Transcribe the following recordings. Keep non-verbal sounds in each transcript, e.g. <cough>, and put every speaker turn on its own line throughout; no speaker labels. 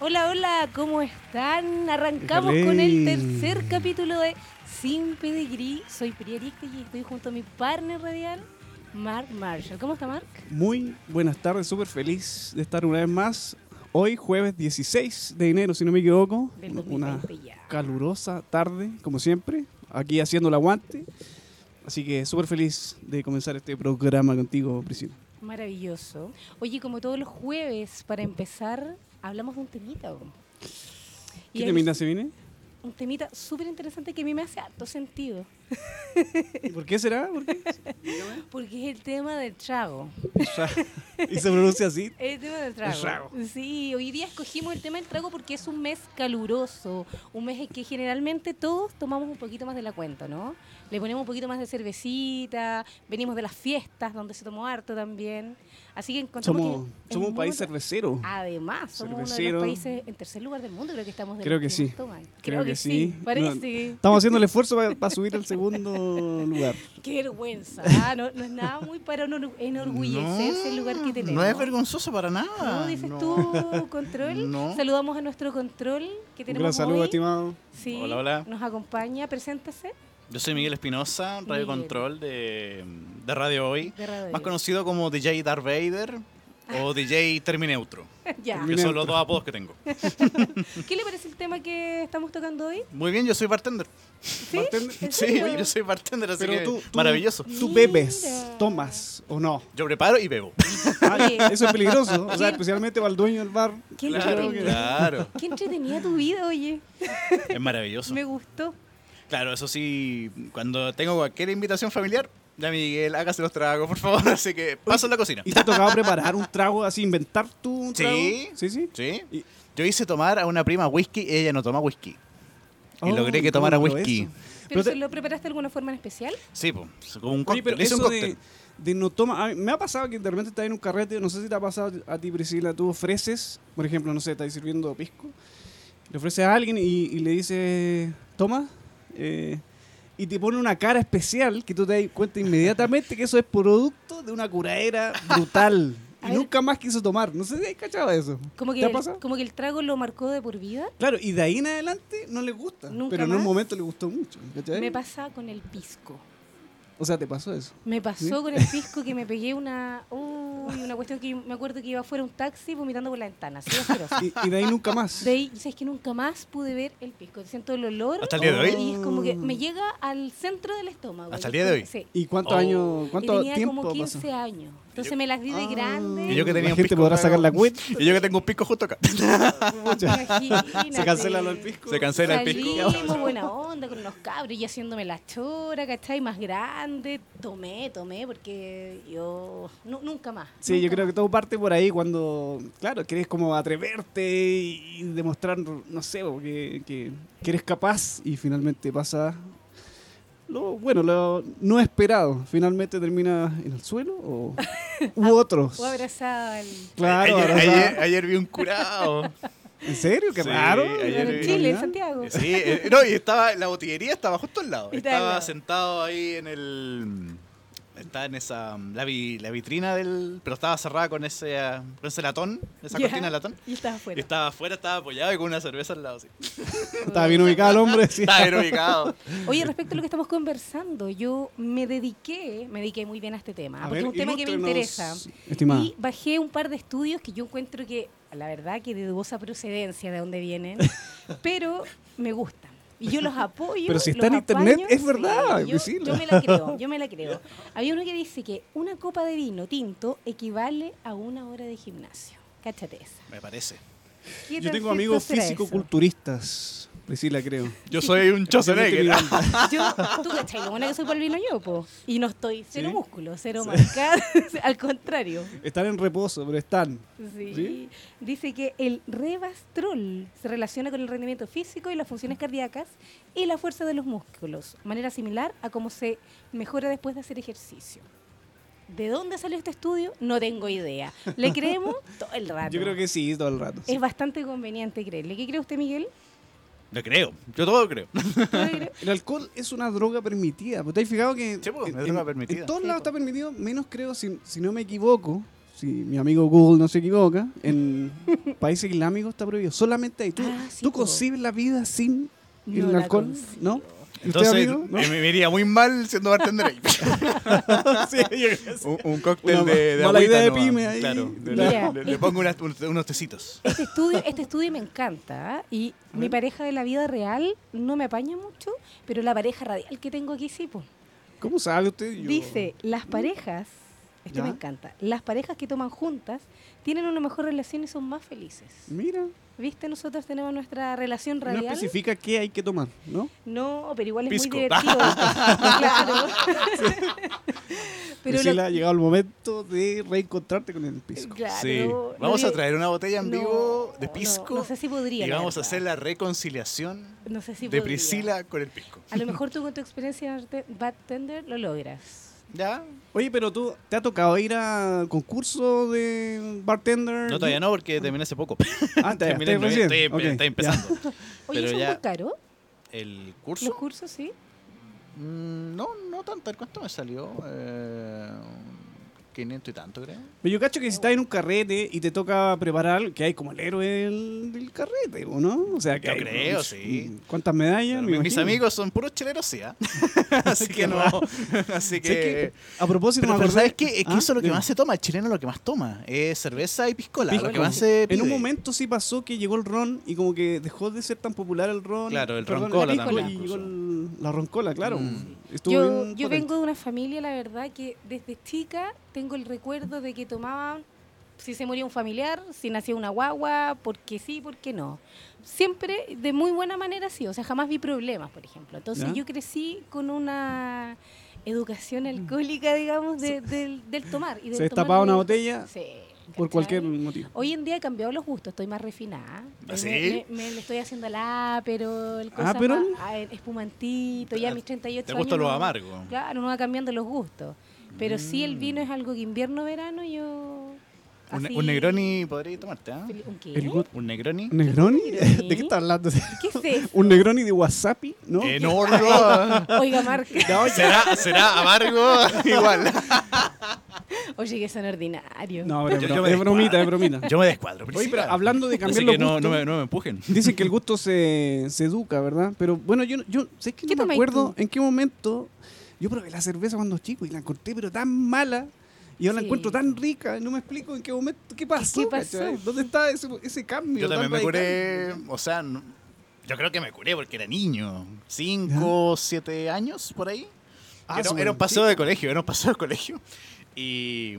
Hola, hola, ¿cómo están? Arrancamos con el tercer capítulo de Sin Pedigrí. Soy Priorista y estoy junto a mi partner radial, Mark Marshall. ¿Cómo está Mark?
Muy buenas tardes, súper feliz de estar una vez más. Hoy, jueves 16 de enero, si no me equivoco.
Del
Una
2020 ya.
calurosa tarde, como siempre, aquí haciendo el aguante. Así que súper feliz de comenzar este programa contigo, Priscila.
Maravilloso. Oye, como todos los jueves, para empezar, hablamos de un temita. ¿o? Y
¿Qué
hay
temita se viene?
Un temita súper interesante que a mí me hace harto sentido,
¿Y ¿Por qué será?
<laughs>
¿Por qué?
porque es el tema del trago.
y se pronuncia así.
El tema Eh, del trago.
trago.
Sí, hoy día escogimos el tema del trago porque es un mes caluroso, un mes en que generalmente todos tomamos un poquito más de la cuenta, ¿no? Le ponemos un poquito más de cervecita, venimos de las fiestas donde se tomó harto también. Así que encontramos que
Somos,
es Ah.
somos un
muy
país
otra-
cervecero.
Además, somos
cervecero.
uno de los países en tercer lugar del mundo, creo que estamos de
Creo
los
que
más
sí.
toman. Creo,
Creo
que,
que
sí,
sí.
parece.
No- Estamos haciendo el esfuerzo para subir al segundo lugar.
Qué vergüenza. Ah, no, no es nada muy para
<laughs>
enor- enorgullecerse el lugar que tenemos.
No es vergonzoso para nada.
Ah,
¿No dices
No.
tú, Control?
<laughs>
No.
Saludamos a nuestro Control que
Un
tenemos
gran saludo,
hoy.
estimado.
Sí,
Hola, hola.
Nos acompaña, preséntese.
Yo soy Miguel Espinosa, Radio
Miguel.
Control de, de Radio Hoy,
De Radio
más
Hoy.
conocido como DJ Darth Vader
Ah.
o DJ Termineutro,
<laughs> ya.
que son los dos apodos que tengo.
¿Qué le parece el tema que estamos tocando hoy?
Muy bien, yo soy bartender.
¿Sí?
Bartender.
¿En
Sí,
serio?
yo soy bartender, así
Pero
que
tú- tú-
maravilloso.
¿Tú
Mira.
bebes, tomas o no?
Yo preparo y bebo.
Oye,
<laughs> Eso es peligroso, o sea,
¿Quién-
especialmente para el dueño del bar.
qué
claro,
entretenida.
claro.
Qué entretenida tu vida, oye.
Es maravilloso.
Me gustó.
Claro, eso sí, cuando tengo cualquier invitación familiar, ya Miguel, hágase los tragos, por favor, <laughs> así que paso en la cocina.
¿Y te tocaba preparar un trago así, inventar tú un trago?
Sí.
Sí, sí.
Sí.
Y-
Yo hice tomar a una prima whisky y ella no toma whisky. Y
Oh,
logré que
¿cómo
tomara
logró
whisky.
eso?
¿Pero
Pero te-
se lo preparaste de alguna forma en especial?
Sí, pues, como un
Oye,
cóctel.
pero
Le hice
eso
un cóctel.
de, de no toma... a mí- me ha pasado que de repente estás en un carrete, no sé si te ha pasado a ti, Priscila, tú ofreces, por ejemplo, no sé, estás sirviendo pisco, le ofreces a alguien y, y le dices, toma, eh, y te pone una cara especial que tú te das cuenta inmediatamente que eso es producto de una curadera brutal.
<laughs> A
Y
ver.
nunca más quiso tomar. No sé si has cachado eso.
Como que,
¿Te ha
el,
pasado?
como que el trago lo marcó de por vida.
Claro, y de ahí en adelante no le gusta.
Nunca
pero en
más.
un momento le gustó mucho. ¿cachai?
Me pasa con el pisco.
O sea, te pasó eso.
Me pasó con el pisco que me pegué una, uy, una cuestión que me acuerdo que iba afuera un taxi vomitando por la ventana. Así de asqueroso.
Y, y de ahí nunca más.
De ahí, ¿sabes que nunca más pude ver el pisco? Siento el olor.
¿Hasta el día de hoy?
Y es como que
Mm.
me llega al centro del estómago. Y
¿Hasta el día de hoy?
Sí.
¿Y cuánto
Oh.
años,
y
cuánto
tenía
tiempo
como 15
<laughs> pasó?
años. Entonces me las di de
Ah.
grande.
Y yo que tenía
la
un
gente
pisco
podrá
acá,
sacar la
¿no?
cuenta.
<laughs> Y yo que tengo un pisco justo acá.
Imagínate.
Se cancela lo del pisco.
Se cancela el pisco.
Salimos buena onda con unos cabros y haciéndome la chora, ¿cachai? Más grande. Tomé, tomé, porque yo. nu- nunca más.
Sí, yo creo que todo parte por ahí cuando, claro, quieres como atreverte y y demostrar, no sé, bo, que, que, que eres capaz y finalmente pasa lo, bueno, lo no esperado. Finalmente termina en el suelo
<laughs>
o u otros.
O abrazada al.
Claro,
ayer,
abrazada.
ayer- ayer vi un <laughs> curado.
¿En serio? Qué
Sí,
raro.
ayer
en
vi-
Chile, en Santiago.
Sí, eh, no, y estaba, la botillería estaba justo al lado.
Y está al
Estaba
lado.
sentado ahí en el. Estaba en esa. mm, La, vi- la vitrina del. Pero estaba cerrada con ese, ah, con ese latón, esa
Ya.
cortina de latón.
Y estaba
Y
afuera.
estaba afuera, estaba apoyado y con una cerveza al lado. <laughs> Así.
Estaba bien ubicado el
<laughs>
hombre. sí.
Estaba bien ubicado.
Oye, respecto a lo que estamos conversando, yo me dediqué, me dediqué muy bien a este tema,
A
porque es
ver,
un tema que me
ilústrenos,
interesa.
Estimada.
Y bajé un par de estudios que yo encuentro que, la verdad, que de dudosa procedencia de dónde
<laughs>
vienen, pero me gustan. Y yo los apoyo.
Pero si está
los
en internet,
apaño,
es
sí,
verdad,
yo,
Priscila.
yo me la creo, yo me
<laughs>
la creo. Había uno que dice que una copa de vino tinto equivale a una hora de gimnasio. Cáchate esa.
Me parece.
¿Qué tan
Yo tengo
cierto
amigos
será eso?
físico-culturistas. Priscila, creo.
Yo soy un Schwarzenegger.
Pues Yo, tú cachai, lo buena que soy para el vino yo, po. Y no estoy cero
Sí.
músculo, cero marcada, <laughs> al contrario.
<laughs> Están en reposo, pero están.
Sí.
¿Sí?
Dice que el rebastrol se relaciona con el rendimiento físico y las funciones cardíacas y la fuerza de los músculos, manera similar a cómo se mejora después de hacer ejercicio. ¿De dónde salió este estudio? No tengo idea. ¿Le
<laughs>
creemos? Todo el rato.
Yo creo que sí, todo el rato.
Es bastante conveniente creerle. ¿Qué cree usted,
<laughs>
Miguel?
Lo creo. Yo todo lo creo.
¿No le cree?
El alcohol es una droga permitida. ¿Te has fijado que
Sí, po,
en,
es droga
en-
permitida.
en todos
Sí, pues.
lados
po.
está permitido? Menos creo, si, si no me equivoco, si mi amigo Google no se equivoca,
<laughs>
en países islámicos está prohibido. Solamente ahí. ¿Tú,
Ah, sí,
tú
po.
concibes la vida sin
No
el
la
alcohol?
concibo.
¿No? ¿Y usted,
Entonces,
amigo? ¿No?
eh, me iría muy mal siendo bartender ahí.
<laughs> Sí, yo-
un, un cóctel
Una
de, de
mala
agüita
idea de
nomás.
pyme ahí.
Claro, le,
Mira.
le- le pongo unas- un- unos tecitos.
Este
<laughs>
estudio, este estudio me encanta ¿ah? y mi pareja de la vida real no me apaña mucho, pero la pareja radial que tengo aquí sí, pues.
¿Cómo sabe usted? Yo-
Dice,
Mm.
las parejas, esto
¿Ya?
me encanta, las parejas que toman juntas tienen una mejor relación y son más felices.
Mm.
Mira,
¿Viste? Nosotros tenemos nuestra relación
no
radial.
especifica qué hay que tomar, ¿no?
No, pero igual es
Pisco.
muy
<laughs>
divertido. claro. pero
Pero si
lo-
ha llegado el momento de reencontrarte con el pisco.
claro,
Sí.
no
Vamos a
le-
traer una botella en
no,
vivo de
no,
pisco
No, sé si podría.
y
la
vamos a
verdad.
hacer la reconciliación
No sé si
de
podría.
Priscila con el pisco.
A lo mejor tú con tu experiencia de bartender lo logras.
¿Ya?
Oye, pero tú, ¿te ha tocado ir a concurso de bartender?
No, todavía no, porque terminé hace poco.
Ah, <laughs> te-
Terminé
te-
en
recién.
noviembre, estoy,
Ok, ya.
estoy empezando.
Oye,
Pero
¿eso
ya-
es muy caro?
¿El
Los
curso?
cursos, sí.
Mm, No, no tanto. ¿El ¿Cuánto me salió? Eh, 500 y tanto, creo.
Pero yo cacho que si estás en un carrete y te toca preparar, que hay como el héroe del, del carrete, ¿o ¿no? O sea, que
Yo
hay-
creo,
mm,
sí.
¿Cuántas medallas?
Pero
Me
mis
imagino.
amigos son puros cheleros,
<laughs>
sí, ¿ah? Así que no. <laughs> Así
¿Sabes
que.
qué? A propósito,
Pero,
me
pero
acordé-
¿sabes qué? Es que
Ah,
eso es lo que
dime.
más se toma. El chileno lo que más toma es cerveza y piscola.
Pisco.
Lo que más se
En un
pide.
momento sí pasó que llegó el ron y como que dejó de ser tan popular el ron.
Claro, el
Perdón,
roncola
pisco,
también
Y
incluso.
llegó el- la roncola, claro.
Mm.
Estuvo
Yo,
bien
yo
potente.
vengo de una familia, la verdad, que desde chica tengo el recuerdo de que tomaban, si se moría un familiar, si nacía una guagua, porque sí, porque no. Siempre de muy buena manera sí, o sea, jamás vi problemas, por ejemplo. Entonces
¿Ya?
yo crecí con una educación alcohólica, digamos, de- del, del tomar. Y del tomar
Se destapaba
de-
una botella
Sí,
por
¿cachai? Oh,
cualquier motivo.
Hoy en día he cambiado los gustos, estoy más refinada.
¿Ah,
Me-
sí?
Me, me- le estoy haciendo al Aperol,
Ah,
cosas
Aperol.
más- ah, espumantito, ya a mis 38
Te
años.
gusta lo
no-
amargo.
Claro, uno va cambiando los gustos. Pero sí,
Mm.
el vino es algo que invierno, verano, yo...
Un,
así-
un Negroni podría tomarte, ¿ah?
fel- ¿Un qué?
El gut-
¿Un Negroni?
¿Negroni?
Negroni.
<laughs> ¿De qué estás hablando?
¿Qué es
<laughs>
eso?
¿Un Negroni de wasapi? ¿No?
Eh, <laughs> no, no.
Oiga,
<laughs>
Marca.
¿Será, será amargo <laughs> igual.
Oye, que son ordinarios.
No, pero,
Yo-
pero
yo me
es
descuadro.
bromita, es bromita.
Yo me descuadro.
Oye, pero
Priscila.
hablando de cambiar
Así
los
que no, no,
gustos,
me, no me empujen.
dicen que el gusto se, se educa, ¿verdad? Pero bueno, yo, yo sé que
¿Qué
no me
tomáis
acuerdo
tú?
en qué momento yo probé la cerveza cuando chico y la encontré pero tan mala y ahora la
Sí.
encuentro tan rica, no me explico en qué momento, qué pasó,
¿Qué pasó?
¿cachai? ¿Dónde está ese, ese cambio?
Yo
tan
también me curé,
radical?
o sea, no- yo creo que me curé porque era niño. Cinco, siete años por ahí.
Ah,
era,
súper
era un paseo de
antiguo.
colegio, era un paseo de colegio. Y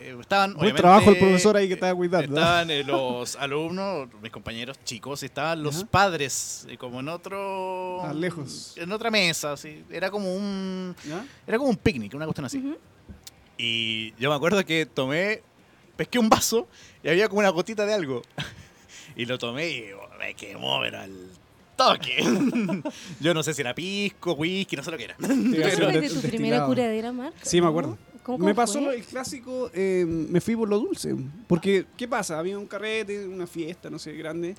eh, estaban.
Buen
obviamente,
trabajo el profesor ahí que estaba cuidando.
Estaban eh, los alumnos, mis compañeros chicos, y estaban los
Ajá.
padres, eh, como en otro.
Ah, lejos.
En otra mesa, así. Era como un.
¿Ya?
Era como un picnic, una cuestión así.
Ujú.
Y yo me acuerdo que tomé, pesqué un vaso y había como una gotita de algo. <laughs> Y lo tomé y oh, me quemó, pero al toque. <laughs> yo no sé si era pisco, whisky, no sé lo que era.
¿Tú
Sí,
supiste
de-
tu primera
destilado.
curadera, Marca?
Sí, me acuerdo.
¿Cómo,
me
cómo
pasó
fue?
el clásico, eh, me fui por lo dulce. Porque, ¿qué pasa? Había un carrete, una fiesta, no sé, grande.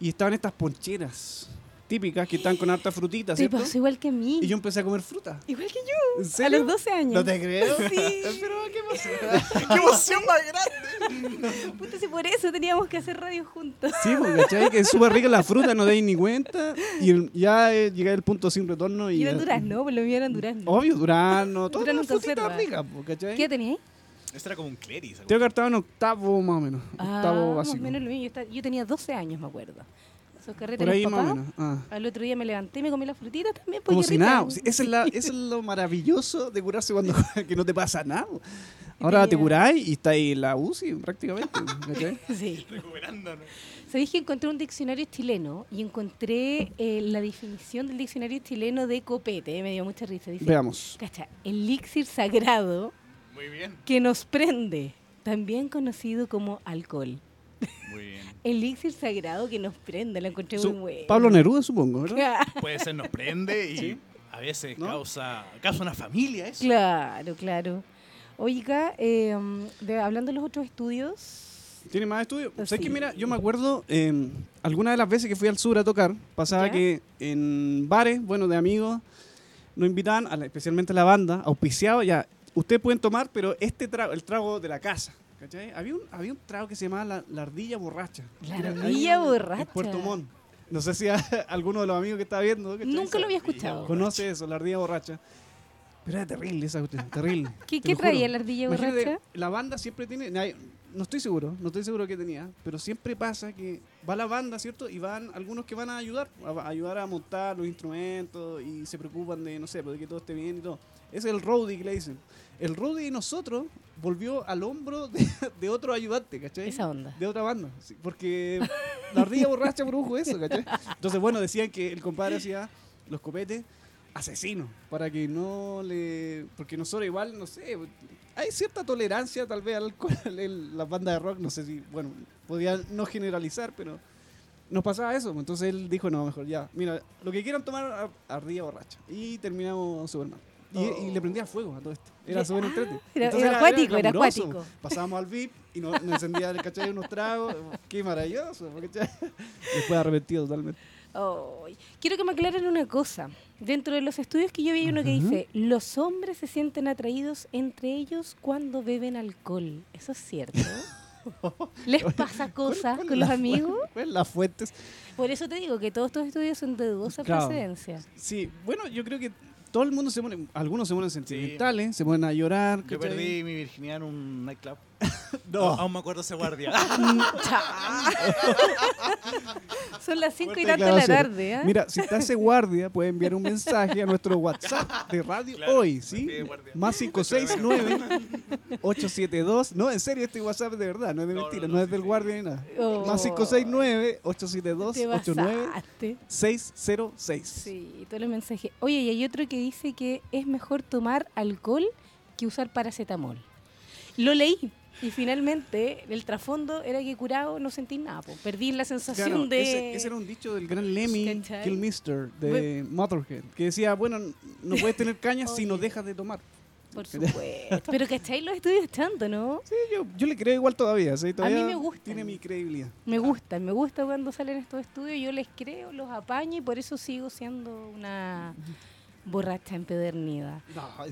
Y estaban estas poncheras típicas que están con harta frutita,
Te
¿cierto?
pasó igual que a mí.
Y yo empecé a comer fruta.
Igual que yo,
¿En
a
serio?
los 12 años.
<laughs> No te creo.
Sí.
Pero, ¿qué pasó?
<laughs> ¡Qué emoción más grande!
Puta, si por eso teníamos que hacer radio juntos.
Sí, porque ¿cachai? que es súper rica la fruta, no dais ni cuenta. Y el- ya eh, llegué al punto sin retorno. Y
Y eran
ya- Oh,
durazno, por lo mío eran durazno.
Obvio, durano. Todas
Durazno
las frutitas
conserva.
ricas, po, pues, ¿cachai?
¿Qué tenías?
Este era como un cleris.
Tengo que haber estado en octavo más o menos. Octavo
Ah, más o
básico.
menos lo mío. Yo, esta- yo tenía 12 años, me acuerdo. Esos carretes
Por
de
ahí
mis
más o
papás.
menos. ah.
Al otro día me levanté y me comí las frutitas también.
Como
porque
si
rica.
nada. pues, Sí, Eso es, la- eso es lo maravilloso de curarse cuando <laughs> que no te pasa nada. pues.
Y
Ahora te
tenía-
curáis y estáis en la UCI prácticamente.
<laughs>
¿cachai?
Sí.
Recuperándonos.
Sabéis que encontré un diccionario chileno y encontré eh, la definición del diccionario chileno de copete. Me dio mucha risa. Dice,
Veamos.
cacha, elixir sagrado
Muy bien,
que nos prende, también conocido como alcohol.
muy bien.
Elixir sagrado que nos prende, la encontré
Su-
muy buena.
Pablo Neruda, supongo, ¿verdad?
<laughs>
Puede ser nos prende y a veces
¿No?
causa, causa una familia eso.
Claro, claro. Oiga, eh, de- hablando de los otros estudios,
Tiene más estudios.
Pues
¿Sabes que
sí.
Mira, yo me acuerdo, eh, algunas de las veces que fui al sur a tocar, pasaba
¿Ya?
que en bares, bueno, de amigos, nos invitaban, a la- especialmente a la banda, auspiciado, ya, ustedes pueden tomar, pero este trago, el trago de la casa. ¿Cachai? Había un, había un trago que se llamaba la, la ardilla borracha.
La
Era ahí
ardilla
en- en
borracha.
Puerto Montt. No sé si <laughs> a- alguno de los amigos que está viendo. ¿cachai?
Nunca lo había
Ya,
escuchado.
Conoce eso, la ardilla borracha. Pero era terrible esa cuestión, terrible.
<laughs> ¿Qué,
te
qué
lo juro.
traía la ardilla
Imagínate,
borracha?
La banda siempre tiene. na- No estoy seguro, no estoy seguro que tenía, pero siempre pasa que va la banda, ¿cierto? Y van algunos que van a ayudar, a, a ayudar a montar los instrumentos y se preocupan de, no sé, pues, de que todo esté bien y todo. Ese es el roadie que le dicen. El roadie de nosotros volvió al hombro <laughs> de, de otro ayudante, ¿cachai?
Esa onda.
De otra banda, sí, porque la ardilla borracha produjo eso, ¿cachai? Entonces, bueno, decían que el compadre hacía los copetes asesinos, para que no le... Porque nosotros igual, no sé, hay cierta tolerancia tal vez al alcohol <laughs> en las bandas de rock, no sé si, bueno, podía no generalizar, pero nos pasaba eso. pues. Entonces él dijo, no, mejor ya, mira, lo que quieran tomar, ar- ardilla borracha. Y terminamos súper mal. Y, y le prendía fuego a todo esto. Era
Ah,
súper entrete.
era-
Entonces
era acuático, era
glamuroso.
acuático.
Pasábamos al VIP y nos, nos encendía el cachai unos
<laughs>
tragos. Qué maravilloso. ¿cachai? Después arrepentido totalmente.
Ay, Quiero que me aclaren una cosa. Dentro de los estudios que yo vi hay uno que dice, los hombres se sienten atraídos entre ellos cuando beben alcohol. ¿Eso es
<laughs>
cierto? ¿Les pasa cosas
¿Cuál es
con los
la
amigos?
fu- cuál es las fuentes.
Por eso te digo que todos estos estudios son de dudosa
Claro. <laughs>
procedencia.
Sí, bueno, yo creo que todo el mundo se pone, algunos se ponen sentimentales, se ponen a llorar. ¿cachai?
Yo perdí mi virginidad en un nightclub.
<laughs> No.
Aún me acuerdo
<laughs>
ese guardia.
Son las 5 y tanto de
Fuerte
la
declaración.
tarde. ¿ah?
Mira, si está ese guardia, puede enviar un mensaje a nuestro WhatsApp de radio
Claro,
hoy, ¿sí?
sí, <laughs> guardia.
Más 569-872. No, en serio, este WhatsApp es de verdad, no es de
No, no,
mentira, no,
no,
es
sí,
del
sí.
guardia ni nada.
Oh.
Más
Te
569-872-89606.
pasaste. Sí, todos los mensajes. Oye, y hay otro que dice que es mejor tomar alcohol que usar paracetamol. Lo leí. Y finalmente, el trasfondo era que curado no sentí nada. po. Perdí la sensación
Claro,
de...
ese, ese era un dicho del gran Lemmy
¿Cachai?
Kill Mister de Motorhead, que decía, bueno, no puedes tener caña si no
Oye.
dejas de tomar. <laughs>
Por supuesto. Pero ¿cachai? Los estudios tanto, ¿no?
Sí, yo, yo le creo igual todavía, ¿sí? Todavía
me gustan.
Tiene mi credibilidad.
Me gusta, me gusta cuando salen estos estudios. Yo les creo, los apaño y por eso sigo siendo una borracha empedernida.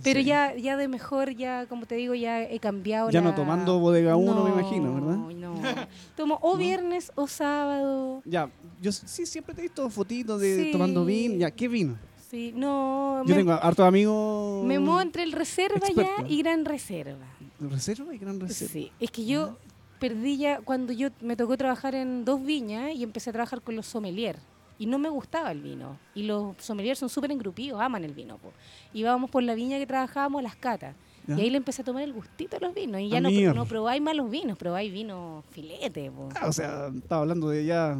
Pero ya, ya de mejor, ya como te digo, ya he cambiado.
Ya no
la-
tomando bodega uno, me imagino, ¿verdad?
No, tomo o viernes o sábado.
Ya, yo s- sí siempre te he visto fotitos de
Sí.
tomando vino. Ya, ¿qué vino?
Sí, no.
Yo
me,
tengo hartos amigos.
me muevo entre el reserva ya
Experto.
y gran reserva.
Reserva y gran reserva.
Sí, es que yo perdí ya cuando yo me tocó trabajar en dos viñas y empecé a trabajar con los sommelier. Y no me gustaba el vino. Y los sommeliers son súper engrupidos, aman el vino. po. Y Íbamos por la viña que trabajábamos a las catas.
Ya.
Y ahí le empecé a tomar el gustito a los vinos. Y ya
Ah,
no,
mierda.
no probáis malos vinos, probáis vino filete, po.
Ah, o sea, estaba hablando de ya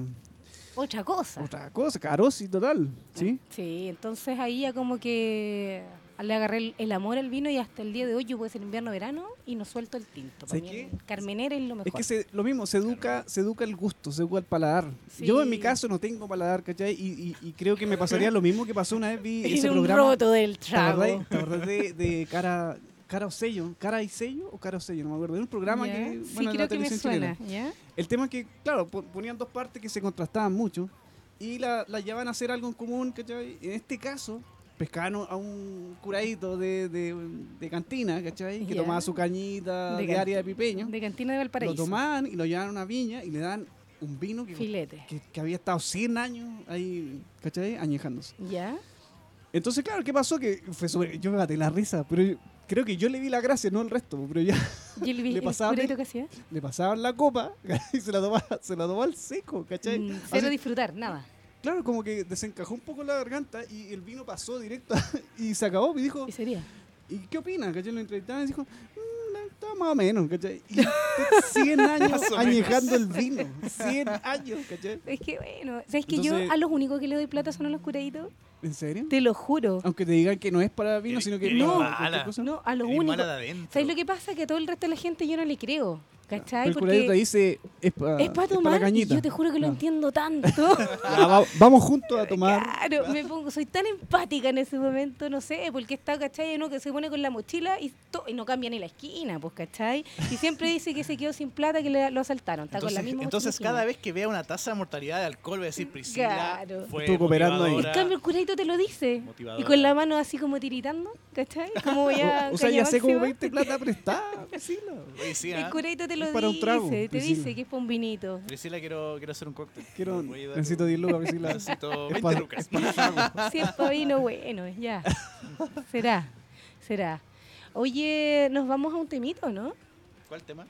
otra cosa.
otra cosa, caros y total. ¿Sí?
Sí, entonces ahí ya como que le agarré el, el amor al vino y hasta el día de hoy yo puedo ser invierno-verano y no suelto el tinto. Para
¿Sabes
mí
qué?
el Carmenere es lo Ah, mejor.
Es
<laughs>
que se- lo mismo, se educa, se educa el gusto, se educa el paladar. Yo en mi
Sí.
caso no tengo paladar, ¿cachai? Y, y- y creo que me pasaría lo mismo que pasó una
<laughs>
vez vi
Era
ese
un
programa.
roto del
¿Te acordás,
trago.
te acordás de, de cara, cara o sello? ¿Cara y sello o cara o sello? No me acuerdo. Era un programa
Ya.
que. Bueno,
sí,
en la
creo que me
televisión chilena.
suena. ¿ya?
El tema es que, claro, po- ponían dos partes que se contrastaban mucho y la, la llevaban a hacer algo en común, ¿cachai? En este caso, pescaban a un curadito de, de- de cantina, ¿cachai? Que
Ya.
tomaba su cañita
De
de, área de pipeño.
De Cantina de
lo
Valparaíso.
tomaban y lo llevaban a una viña y le dan un vino que,
Filete.
que, que había estado 100 años ahí, ¿cachai? Añejándose.
¿Ya?
Entonces, claro, ¿qué pasó? Que fue sobre- yo me maté la risa, pero yo- creo que yo le di la gracia, no el resto, pero ya <laughs>
¿Y el, vi-
Le
el
pasaba
curadito
mil-
que hacía?
le pasaban la copa <laughs> y se la tomaba, se la tomaba al seco, ¿cachai?
Mm,
Así-
Cero disfrutar, nada.
Claro, como que desencajó un poco la garganta y el vino pasó directo <laughs> y se acabó. Y dijo,
¿Y sería?
¿y qué opinas? ¿Cachai? Lo entrevistaban y dijo, "Mm, la- está más o menos, ¿cachai? Y
<laughs>
100 años
Más o menos.
añejando el vino. 100 años, ¿cachai?
Es que bueno, ¿sabes que
Entonces-
yo a los únicos que le doy plata son a los curaditos?
¿En serio?
Te lo juro.
Aunque te digan que no es para vino,
Eres-
sino que
eres
no.
mala.
cualquier cosa.
No, a los
Eres
únicos.
mala de adentro.
¿Sabes lo que pasa? Que a todo el resto de la gente yo no le creo.
Pero
¿Cachai?
el curadero te
Porque
dice, es para
es para tomar.
la
y
cañita. Ah.
yo te juro que lo
Ya.
entiendo
<laughs>
tanto.
Ya, va- vamos juntos a tomar.
Claro, me pongo, soy tan empática en ese momento, no sé, porque está, ¿cachai? Uno que se pone con la mochila y, to- y no cambia ni la esquina, pues, ¿cachai? Y siempre dice que se quedó sin plata, que le- lo asaltaron. Está
Entonces,
con la misma
entonces
mochila
cada vez que vea una tasa de mortalidad de alcohol, voy a decir Priscila.
Claro.
Fue
Estuvo cooperando ahí.
En cambio, el curadito te lo dice.
Motivadora.
Y con la mano así como tiritando, ¿cachai? Como ya.
<laughs> o, o sea,
caña
ya sé cómo
máxima.
20 plata prestada, Priscila.
Oye, sí, ¿ah?
El curadito te
Es
lo
para un
dice,
trago, pues
te
Priscila.
dice que es para un vinito.
Priscila, quiero, quiero hacer un cóctel.
Quiero,
¿Me puedes dar
necesito
un-
10 lucas, Priscila.
Necesito
Es
20
para-
lucas.
<laughs> Si es para vino, bueno, ya. Será, será. Oye, nos vamos a un temito, ¿no?
¿Cuál
<laughs>
tema?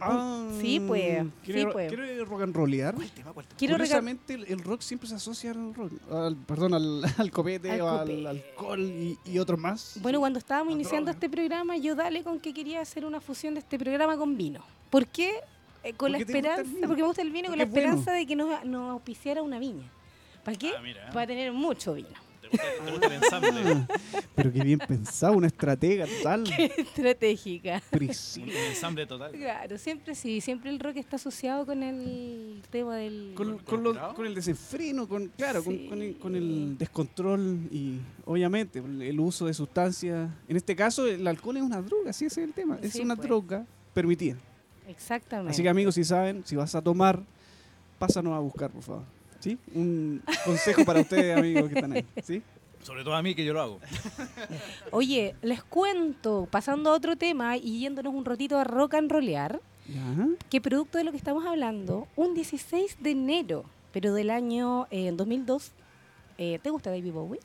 Ah,
Sí, pues, sí,
¿Quiere,
pues.
quiere rock and rollear?
¿Cuál tema? ¿Cuál tema?
Quiero regalar.
Curiosamente, el, el rock siempre se asocia al rock. Al, perdón, al, <laughs> al copete,
Al
o al
copete.
alcohol y, y otros más.
Bueno, cuando estábamos
La
iniciando
droga.
este programa, yo dale con que quería hacer una fusión de este programa con vino. ¿Por qué? Eh, con la
Porque te gusta el
esperanza,
vino.
porque me gusta el vino, con
Porque
la
es bueno.
esperanza de que nos, nos auspiciara una viña. ¿Para qué?
Ah, mira.
Para tener mucho vino. <laughs>
¿Te gusta, te gusta el
<laughs>
ensamble?
Ah, Pero qué bien pensado, una estratega
<laughs>
tal.
Estratégica.
Un
Priscila.
ensamble total.
Claro, siempre sí, siempre el rock está asociado con el tema del...
Con,
¿Con-
con
con
lo-
curado?
con el desenfreno, con, claro, con-
Sí.
con, el, con el descontrol y obviamente el uso de sustancias. En este caso, el alcohol es una droga, sí, ese es el tema. Es
Sí,
una
pues.
droga permitida.
Exactamente.
Así que amigos, si saben, si vas a tomar, pásanos a buscar, por favor. ¿Sí? Un consejo para
<laughs>
ustedes, amigos que están ahí. ¿Sí?
Ah.
Sobre todo a mí, que yo lo hago.
Oye, les cuento, pasando a otro tema y yéndonos un ratito a rock and rollear,
Ya.
que producto de lo que estamos hablando, un 16 de enero, pero del año eh, 2002, eh, ¿te gusta David Bowie?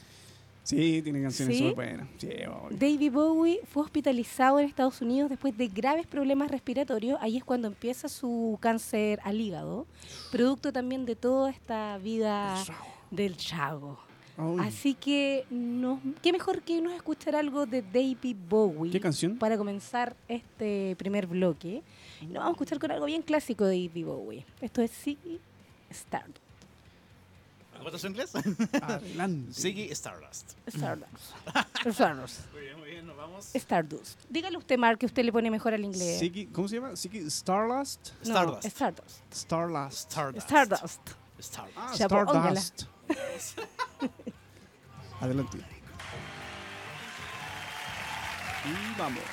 Sí, tiene canciones
¿Sí?
súper buenas. Sí, obvio.
David Bowie fue hospitalizado en Estados Unidos después de graves problemas respiratorios. Ahí es cuando empieza su cáncer al hígado, producto también de toda esta vida del chago.
Ay,
Así que, nos, qué mejor que nos escuchar algo de David Bowie.
¿Qué canción?
Para comenzar este primer bloque, nos vamos a escuchar con algo bien clásico de David Bowie. Esto es Ziggy Stardust.
¿Cuánto es inglés?
Adelante.
Siggy Stardust.
Stardust. Stardust.
Muy bien, muy bien, nos vamos.
Stardust. Dígale usted, Mark, que usted le pone mejor al inglés.
Ziggy- ¿Cómo se llama? Ziggy Starlust.
No,
Stardust.
Stardust.
Starlust.
Stardust.
Stardust.
Stardust.
Ah,
Ya, pues, óngala.
Stardust. <laughs> Adelante. Y vamos.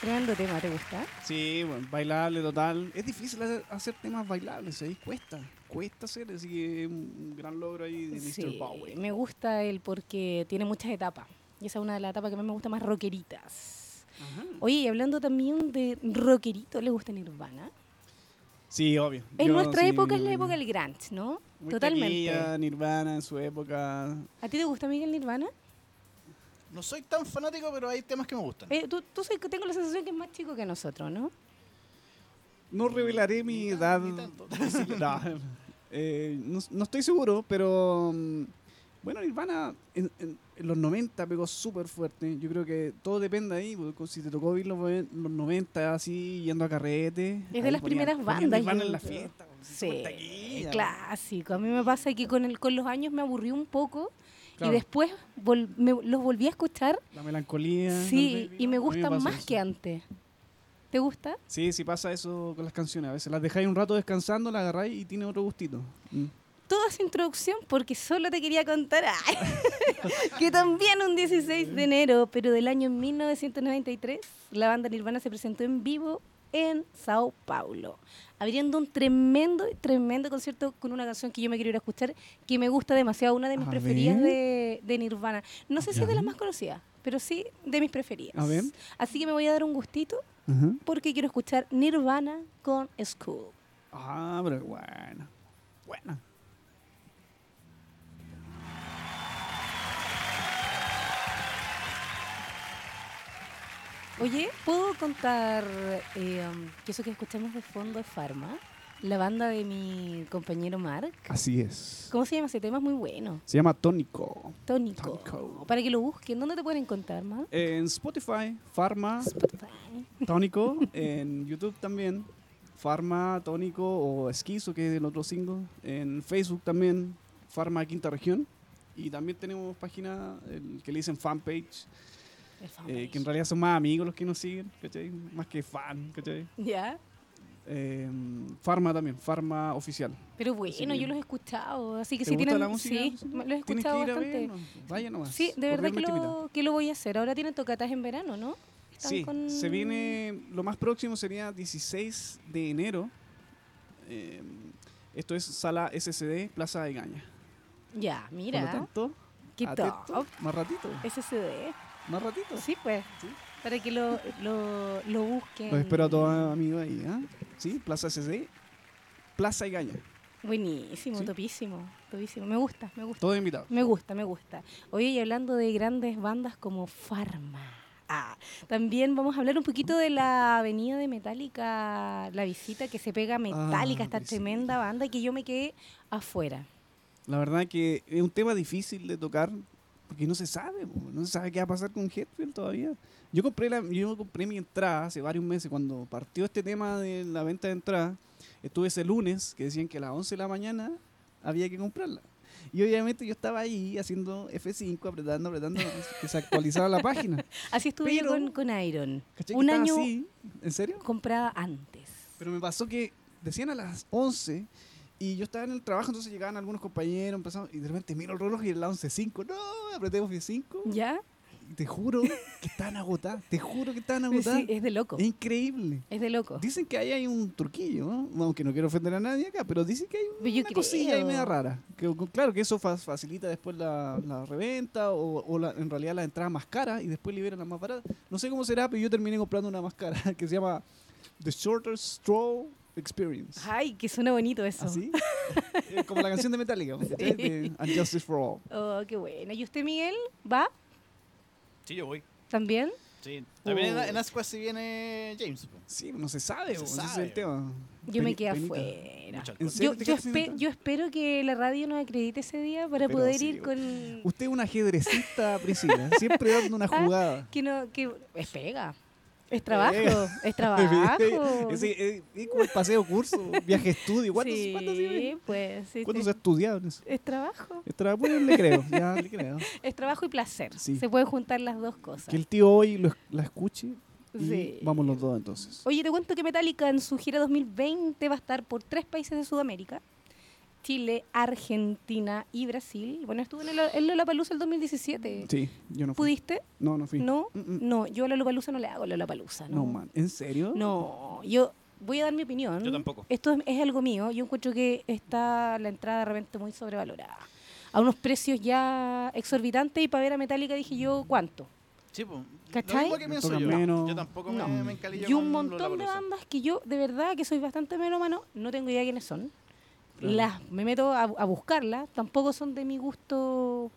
Tremendo tema, ¿te gusta?
Sí, bueno, bailable total. Es difícil hacer, hacer temas bailables, ahí cuesta. Cuesta hacer, así que es un gran logro ahí de Mr.
Sí,
Bowie.
me gusta él porque tiene muchas etapas. Y esa es una de las etapas que más me gusta, más rockeritas.
Ajá.
Oye, y hablando también de rockerito, ¿le gusta Nirvana?
Sí, obvio.
En
Yo,
nuestra
sí,
época es la
muy-
época del grunge, ¿no?
muy
Totalmente.
taquilla, Nirvana en su época.
¿A ti te gusta, Miguel, Nirvana?
No soy tan fanático, pero hay temas que me gustan.
Eh, tú, tú soy- tengo la sensación que es más chico que nosotros, ¿no?
No revelaré mi
Ni
edad.
tan- ni tanto.
<laughs> Sí, no,
<laughs>
Eh, no- no estoy seguro, pero mm, bueno, Nirvana en, en- en los 90 pegó súper fuerte. Yo creo que todo depende ahí, porque si te tocó verlo en los 90 así, yendo a carrete.
Es de
ahí
las
ponían-
primeras
ponían
bandas,
Nirvana
yo
en la
creo.
fiesta. pues,
Sí,
taquilla.
clásico. A mí me pasa que con, el, con los años me aburrí un poco
Claro.
y después vol- me- los volví a escuchar.
La melancolía.
Sí, y me
gusta
gustan más que antes. ¿Te gusta?
Sí, sí pasa eso con las canciones. A veces las dejáis un rato descansando, las agarráis y tiene otro gustito. Mm.
Toda esa introducción porque solo te quería contar ay, <laughs> que también un 16 de enero, pero del año 1993, la banda Nirvana se presentó en vivo en Sao Paulo, abriendo un tremendo, tremendo concierto con una canción que yo me quiero ir a escuchar, que me gusta demasiado, una de mis
A
preferidas
ver.
de, de Nirvana. No sé si es de
Ya.
las más conocidas, pero sí de mis preferidas.
A ver.
Así que me voy a dar un gustito
Ajá.
porque quiero escuchar Nirvana con School.
Ah, pero bueno. Bueno.
Oye, ¿puedo contar eh, um, que eso que escuchamos de fondo es Farma? La banda de mi compañero Mark.
Así es.
¿Cómo se llama ese tema? Es muy bueno.
Se llama Tónico.
Tónico.
Tónico.
Para que lo busquen. ¿Dónde te pueden encontrar, Mark?
En Spotify, Pharma,
Spotify.
Tónico. en YouTube también, Pharma, Tónico o Esquizo, que es el otro single. En Facebook también, Pharma Quinta Región. Y también tenemos página el que le dicen
El
fanpage, eh, que en
fanpage.
realidad son más amigos los que nos siguen, ¿cachai? Más que fan, ¿cachai?
¿Ya?
eh, Farma también, Farma oficial.
Pero
Así
bueno,
que-
yo los he escuchado, así que
¿Te
si
gusta
tienen...
la música?
sí, los he
Tienes que
escuchado
ir a
bastante.
verlo. Vaya nomás.
Sí, de verdad que
correr la actividad.
lo, que lo voy a hacer. Ahora tienen tocatas en verano, ¿no? Están
Sí,
con-
se viene, lo más próximo sería 16 de enero. Eh, esto es sala SCD, Plaza de Gaña.
Ya,
Por lo
mira.
tanto,
Qué
atento,
top.
más ratito,
SSD.
más ratito.
Sí, pues.
Sí.
Para que lo, lo, lo busquen.
Los espero a todos amigos ahí, ¿ah? Sí, Plaza SCD, Plaza de Gaña.
Buenísimo,
Sí.
topísimo, topísimo. Me gusta, me gusta.
Todos invitados.
Me gusta, me gusta. Hoy y hablando de grandes bandas como Pharma. Ah, también vamos a hablar un poquito de la avenida de Metallica, la visita que se pega a Metallica,
Ah,
esta
visita.
tremenda banda que yo me quedé afuera.
La verdad que es un tema difícil de tocar porque no se sabe, po, no se sabe qué va a pasar con Hetfield todavía. Yo compré la, yo compré mi entrada hace varios meses cuando partió este tema de la venta de entradas. Estuve ese lunes que decían que a las 11 de la mañana había que comprarla. Y obviamente yo estaba ahí haciendo F5, apretando, apretando, que se actualizaba
<laughs>
la página.
Así estuve yo
Pero-
con, con Iron.
¿Cachai que
Un
estaba
año
así? ¿En serio?
comprada antes.
Pero me pasó que decían a las 11 y yo estaba en el trabajo, entonces llegaban algunos compañeros, empezamos, y de repente miro el reloj y era las 11.05. No, apreté 11.05.
¿Ya?
Y Te juro que estaban agotadas, te juro que estaban
Mm. Sí,
agotadas.
es de loco.
es increíble.
Es de loco.
Dicen que ahí hay un truquillo, ¿no? aunque no quiero ofender a nadie acá, pero dicen que hay
Pero yo
una cosilla ahí
creo.
media rara. Que, claro que eso fa- facilita después la, la reventa o, o la- en realidad la entrada más cara y después liberan la más barata. No sé cómo será, pero yo terminé comprando una más cara <laughs> que se llama The Shorter Straw Experience.
Ay, que suena bonito eso. <laughs>
¿Así? Eh, Como la canción de Metallica, ¿cachai? de And Justice for All.
Oh, qué bueno. ¿Y usted, Miguel, va
Sí, yo voy.
también?
Sí. También
Oh.
en, en Ascuas sí viene James. po.
Sí, no se sabe,
No se
bo, ese es
sabe.
el tema.
Yo me
Peni-
quedé
penita.
afuera.
Mucho alcohol.
¿En
Yo,
serio
yo,
te quedaste sin
espe-
entrar?
yo espero que la radio nos acredite ese día para
Pero
poder
sí,
ir con...
Usted es una ajedrecista, Priscila, siempre
<laughs>
dando una
Ah,
jugada.
Que no, que... Es pega. Es trabajo.
Eh. <laughs>
Es trabajo.
Es, es- es como el paseo curso, viaje estudio. ¿Cuánto,
sí,
cuánto se,
pues, sí,
cuánto
sí.
se ha estudiado en eso?
Es trabajo.
Estará bueno, le creo, ya le creo.
<laughs> Es trabajo y placer.
Sí.
Se pueden juntar las dos cosas.
Que el tío hoy lo, es- la escuche. Y
Sí.
Vamos los dos entonces.
Oye, te cuento que Metallica en su gira 2020 va a estar por tres países de Sudamérica. Chile, Argentina y Brasil. Bueno, estuvo en, el, en Lollapalooza el 2017.
Sí, yo no fui.
¿Pudiste?
No, no fui.
No,
Mm, mm.
no, yo a Lollapalooza no le hago Lollapalooza.
No,
No,
man. ¿En serio?
No, yo voy a dar mi opinión.
Yo tampoco.
Esto es, es algo mío. Yo encuentro que está la entrada de repente muy sobrevalorada. A unos precios ya exorbitantes y para ver a Metallica dije yo, ¿cuánto?
Sí, po.
¿Cachai?
Lo mismo que
Me
pienso
toca
yo.
menos.
Yo tampoco
No.
me, me encalillo
y un
con
montón de
Lollapalooza.
bandas que yo, de verdad, que soy bastante melómano, no tengo idea quiénes son.
Claro.
Las, me meto a, a buscarlas, tampoco son de mi gusto.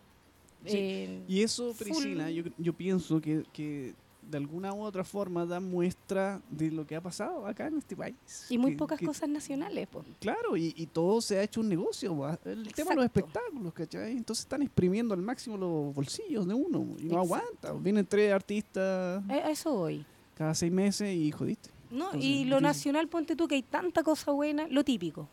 Sí.
eh,
Y eso,
Full.
Priscila, yo, yo pienso que, que de alguna u otra forma da muestra de lo que ha pasado acá en este país.
y muy
Que-
pocas
que-
cosas nacionales. po.
Claro, y, y todo se ha hecho un negocio. po. El tema de los
Exacto.
espectáculos, ¿cachai? Entonces están exprimiendo al máximo los bolsillos de uno y
Exacto.
no aguanta. Vienen tres artistas
A, a eso voy.
cada seis meses y jodiste.
¿no?
Entonces,
y lo
difícil.
nacional, ponte tú que hay tanta cosa buena, lo típico.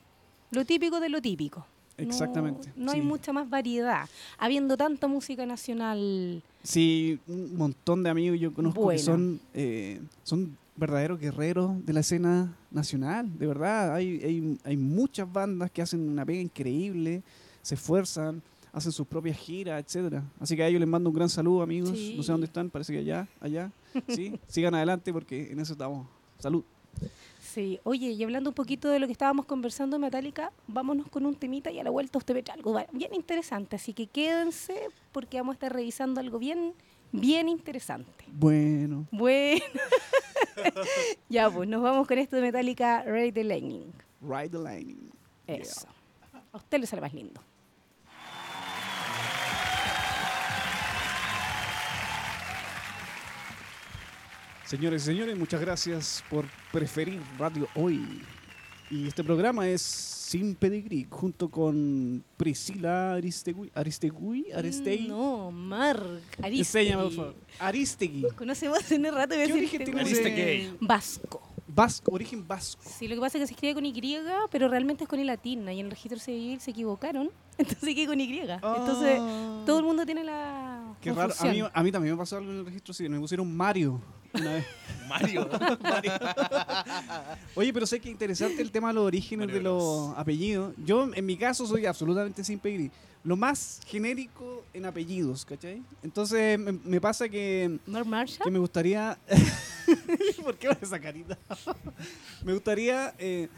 Lo típico de lo típico. No-
Exactamente,
No, hay
sí.
mucha más variedad. Habiendo tanta música nacional.
Sí, un montón de amigos yo conozco
Bueno.
que son, eh, son verdaderos guerreros de la escena nacional. De verdad, hay, hay, hay muchas bandas que hacen una pega increíble, se esfuerzan, hacen sus propias giras, etcétera. Así que a ellos les mando un gran saludo, amigos.
Sí.
No sé dónde están, parece que allá, allá. Sí, <laughs> sigan adelante porque en eso estamos. Salud.
Sí, oye, y hablando un poquito de lo que estábamos conversando en Metallica, vámonos con un temita y a la vuelta usted ve algo va- bien interesante. Así que quédense porque vamos a estar revisando algo bien, bien interesante.
Bueno.
Bueno, <laughs> ya pues, nos vamos con esto de Metallica Ready the Lightning.
Ride the Lightning.
Eso. A usted le sale más lindo.
Señores y señores, muchas gracias por preferir Radio Hoy. Y este programa es Sin Pedigrí, junto con Priscila Aristegui. ¿Aristegui? ¿Aristegui?
Mm, No, Mark. Aristegui.
Enséñame, por favor. Aristegui.
Conocemos hace un rato. y voy a
¿Qué
decir
origen tiene
Aristegui.
ese-
Aristegui.
Vasco.
Vasco, origen vasco.
Sí, lo que pasa es que se escribe con Y, pero realmente es con I latina. Y en el registro civil se equivocaron, <laughs> entonces queda con Y. Entonces,
Ah.
todo el mundo tiene la.
Qué raro. A mí,
confusión.
a mí también me pasó algo en el registro civil. Me pusieron Mario. una vez.
<laughs>
Mario.
Oye, pero sé que interesante el tema de los orígenes
Mario
de los apellidos. Yo, en mi caso, soy absolutamente sin pedir. Lo más genérico en apellidos, ¿cachai? Entonces, me, me pasa que,
Norm Marshall.
que me gustaría... <laughs> <laughs> ¿Por qué va esa carita? me gustaría eh,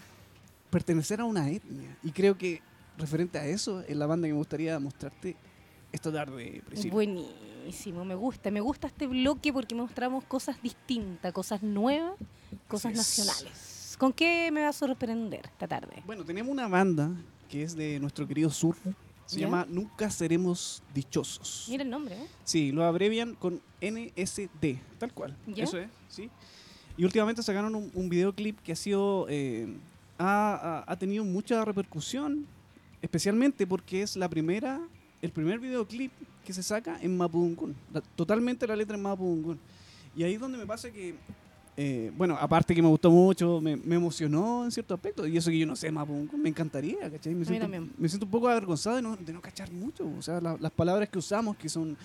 pertenecer a una etnia. Y creo que, referente a eso, es la banda que me gustaría mostrarte esta tarde, Priscila.
Buenísimo, me gusta, me gusta este bloque porque mostramos cosas distintas, cosas nuevas, cosas
es.
nacionales. ¿Con qué me va a sorprender esta tarde?
Bueno, tenemos una banda que es de nuestro querido sur. Se
¿Ya?
llama Nunca Seremos Dichosos.
Mira el nombre, ¿eh?
Sí, lo abrevian con NSD, tal cual.
¿Ya?
Eso es, sí. Y últimamente sacaron un, un videoclip que ha sido. eh, ha, ha- ha tenido mucha repercusión, especialmente porque es la primera. El primer videoclip que se saca en Mapudungún. La- totalmente la letra en Mapudungún. Y ahí es donde me pasa que. eh, bueno, aparte que me gustó mucho, me, me emocionó en cierto aspecto. Y eso que yo no sé Mapudungún, me encantaría, ¿cachai? Me
mí
siento,
también.
me siento un poco avergonzado de no, de no cachar mucho. O sea, la- las palabras que usamos, que son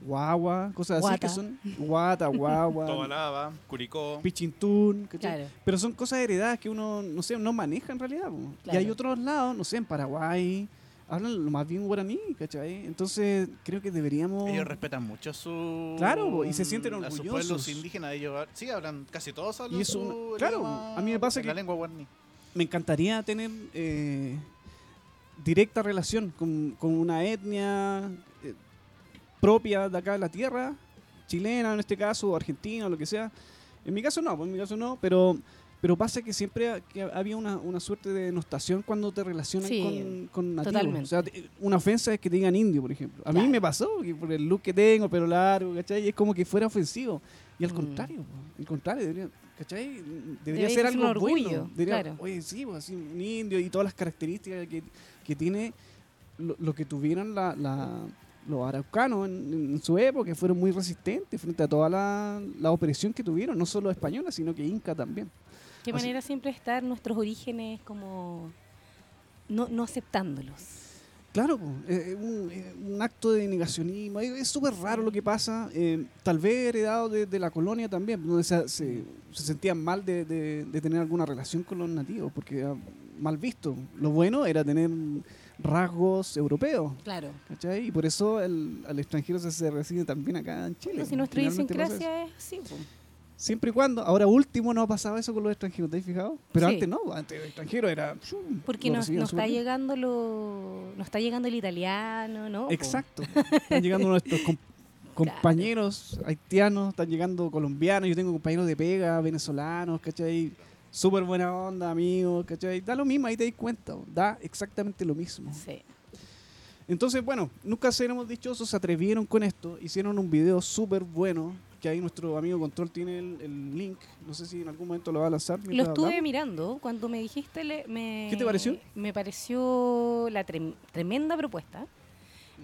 guagua, cosas así
Guata.
que son guata, guagua,
Tobalaba, Curicó.
pichintún, ¿cachai?
Claro.
Pero son cosas heredadas que uno, no sé, no maneja en realidad. po.
Claro.
Y hay otros lados, no sé, en Paraguay, hablan lo más bien guaraní, ¿cachai? Entonces, creo que
Oh.
deberíamos...
Ellos respetan mucho su.
Claro, po, y se sienten
A sus
orgullosos.
pueblos indígenas, ellos hab- sí hablan, casi todos hablan.
Y es
su
un- claro,
idioma,
a mí me pasa
en
que-
La lengua guarní.
Me encantaría tener eh, directa relación con, con una etnia eh, propia de acá de la tierra, chilena en este caso, o argentina, o lo que sea. En mi caso no, pues, en mi caso no, pero, pero pasa que siempre ha- que había una, una suerte de denostación cuando te relacionan
Sí,
con, con nativos.
totalmente.
O sea, te- una ofensa es que te digan indio, por ejemplo. A
Claro.
mí me pasó, que por el look que tengo, pero largo, ¿cachai? Es como que fuera ofensivo. Y al
Mm.
contrario, po, al contrario, debería, ¿cachai? Debería,
Debería
ser
que sea un
algo
orgullo,
bueno. Debería-
claro.
Oye, sí, pues, así, un indio y todas las características que, que tiene lo, lo que tuvieron la- la- los araucanos en, en su época, que fueron muy resistentes frente a toda la, la opresión que tuvieron, no solo española, sino que inca también.
Qué
Así-
manera siempre estar nuestros orígenes como no, no aceptándolos.
Claro, po, es es un, es un acto de negacionismo. Es es súper raro lo que pasa. eh, tal vez heredado de, de la colonia también, donde se, se- se sentían mal de, de- de tener alguna relación con los nativos, porque era mal visto. Lo bueno era tener rasgos europeos.
Claro.
¿cachai? Y por eso el, al extranjero se, se recibe también acá en Chile.
No, si nuestra
Generalmente pasa eso.
idiosincrasia es así, po.
Siempre y cuando, ahora último no ha pasado eso con los extranjeros, ¿te has fijado? Pero
Sí.
antes no, antes el extranjero era... ¡shum!
porque
lo
nos,
recibían
nos
súper
está
bien.
llegando lo, nos está llegando el italiano, ¿no? po? <laughs>
Exacto. Están llegando nuestros com- compañeros haitianos, están llegando colombianos, yo tengo compañeros de pega, venezolanos, ¿cachai? Súper buena onda, amigos, ¿cachai? Da lo mismo, ahí te das cuenta, da exactamente lo mismo.
Sí.
Entonces, bueno, nunca seremos dichosos, se atrevieron con esto, hicieron un video súper bueno, que ahí nuestro amigo Control tiene el, el link, no sé si en algún momento lo va a lanzar.
Lo
mientras
estuve
hablamos.
mirando cuando me dijiste. le- me,
¿Qué te pareció?
Me pareció la trem- tremenda propuesta.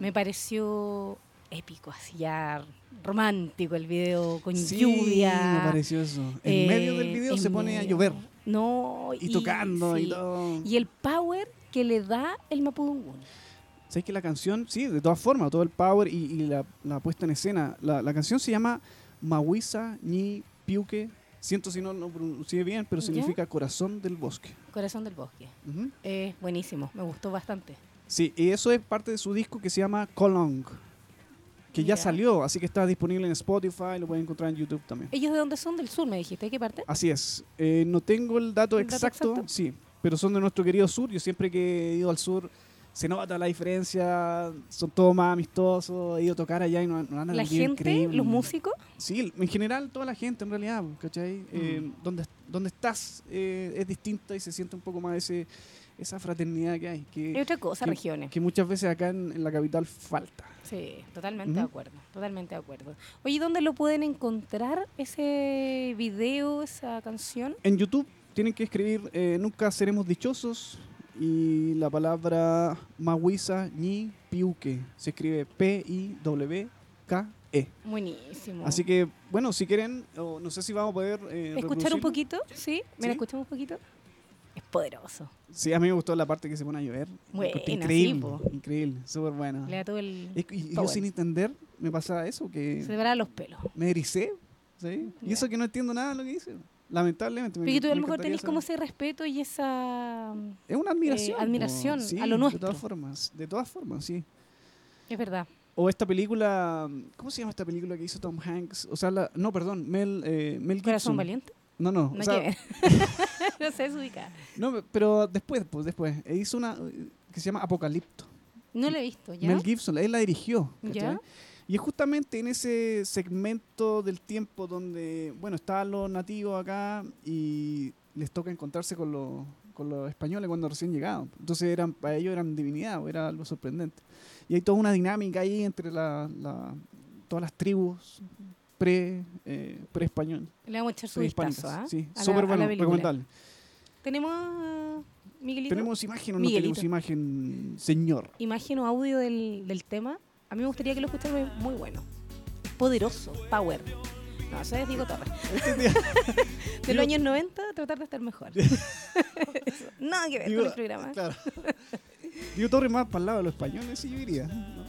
Me pareció épico, así ya romántico el video con
Sí,
lluvia.
me pareció eso. En
eh,
medio del video
en
se pone a
medio.
llover
No,
y, tocando y
sí.
todo.
Y el power que le da el Mapudungun.
¿Sabes que la canción, sí, de todas formas, todo el power y, y la, la puesta en escena? La, la canción se llama Mawisa Ni Piuque. Siento si no lo pronuncié bien, pero
¿Ya?
significa corazón del bosque.
Corazón del bosque.
Ujú.
Es buenísimo, me gustó bastante.
Sí, y eso es parte de su disco que se llama Colong, que ya
Ya.
salió, así que está disponible en Spotify, lo pueden encontrar en YouTube también.
¿Ellos de dónde son? ¿Del sur me dijiste? ¿De qué parte?
Así es. Eh, no tengo el dato,
¿El dato
exacto,
exacto?
sí, pero son de nuestro querido sur. Yo siempre que he ido al sur se nota la diferencia, son todos más amistosos, he ido a tocar allá y nos nos han
la
atendido
gente,
increíble.
los músicos. Mm.
Sí, en general toda la gente en realidad, ¿cachai? Eh, donde, donde estás eh, es distinta y se siente un poco más ese, esa fraternidad que hay,
Y
que,
otra cosa,
que-
regiones.
que muchas veces acá en, en la capital falta.
Sí, totalmente de
Ujú.
acuerdo, totalmente de acuerdo. Oye, ¿dónde lo pueden encontrar ese video, esa canción?
En YouTube tienen que escribir eh, Nunca seremos dichosos y la palabra Mawisa ni Piuque. Se escribe P-I-W-K-E.
Buenísimo.
E. Así que, bueno, si quieren, o no sé si vamos a poder... eh,
¿Escuchar un
reproducirlo.
poquito? ¿Sí? ¿Me
¿Sí?
la escuchamos un poquito? Es poderoso.
Sí, a mí me gustó la parte que se pone a llover.
Buena,
Encontré
sí,
increíble,
po.
increíble, súper buena.
Le da todo el...
Ah. Es que- y- y yo
power.
sin entender me pasaba eso, que
Se te paran los pelos.
me ericé, ¿sí? Y
Ya.
eso que no entiendo nada de lo que dice. Lamentablemente. me-
Porque tú a
me
lo mejor
encantaría
tenés como
saber.
ese respeto y esa...
Es una admiración. po.
admiración
Sí,
a lo nuestro.
De todas formas, de todas formas, sí.
Es verdad.
O esta película, ¿cómo se llama esta película que hizo Tom Hanks? O sea, la, no, perdón, Mel, eh, Mel Gibson.
Corazón valiente.
No, no, o
No,
sea, <laughs>
llegué. no se desubica.
no, pero después, pues después. E hizo una eh, que se llama Apocalipto.
No lo he visto, ¿ya?
Mel Gibson, él la dirigió.
¿Ya?
¿cachai? Y es justamente en ese segmento del tiempo donde, bueno, estaban los nativos acá y les toca encontrarse con los, con los españoles cuando recién llegaban. Entonces eran, para ellos eran divinidad, o era algo sorprendente. Y hay toda una dinámica ahí entre la, la- todas las tribus pre, eh, pre-español,
Le vamos a echar su
prehispánicas.
vistazo, ¿ah?
Sí,
A la-
súper
a la
bueno,
película.
recomendable.
¿Tenemos, ah, Miguelito?
¿Tenemos imagen o no
Miguelito.
tenemos imagen, señor?
<laughs> imagen o audio del, del tema, a mí me gustaría que lo escucharan es muy bueno. Poderoso, power. No, eso es Diego Torres. de los años 90, tratar de estar
<laughs>
mejor. Eso, Nada que ver
Digo,
con el programa. <laughs>
Claro. Digo, Torres más para el lado de los españoles, sí, yo diría. ¿no?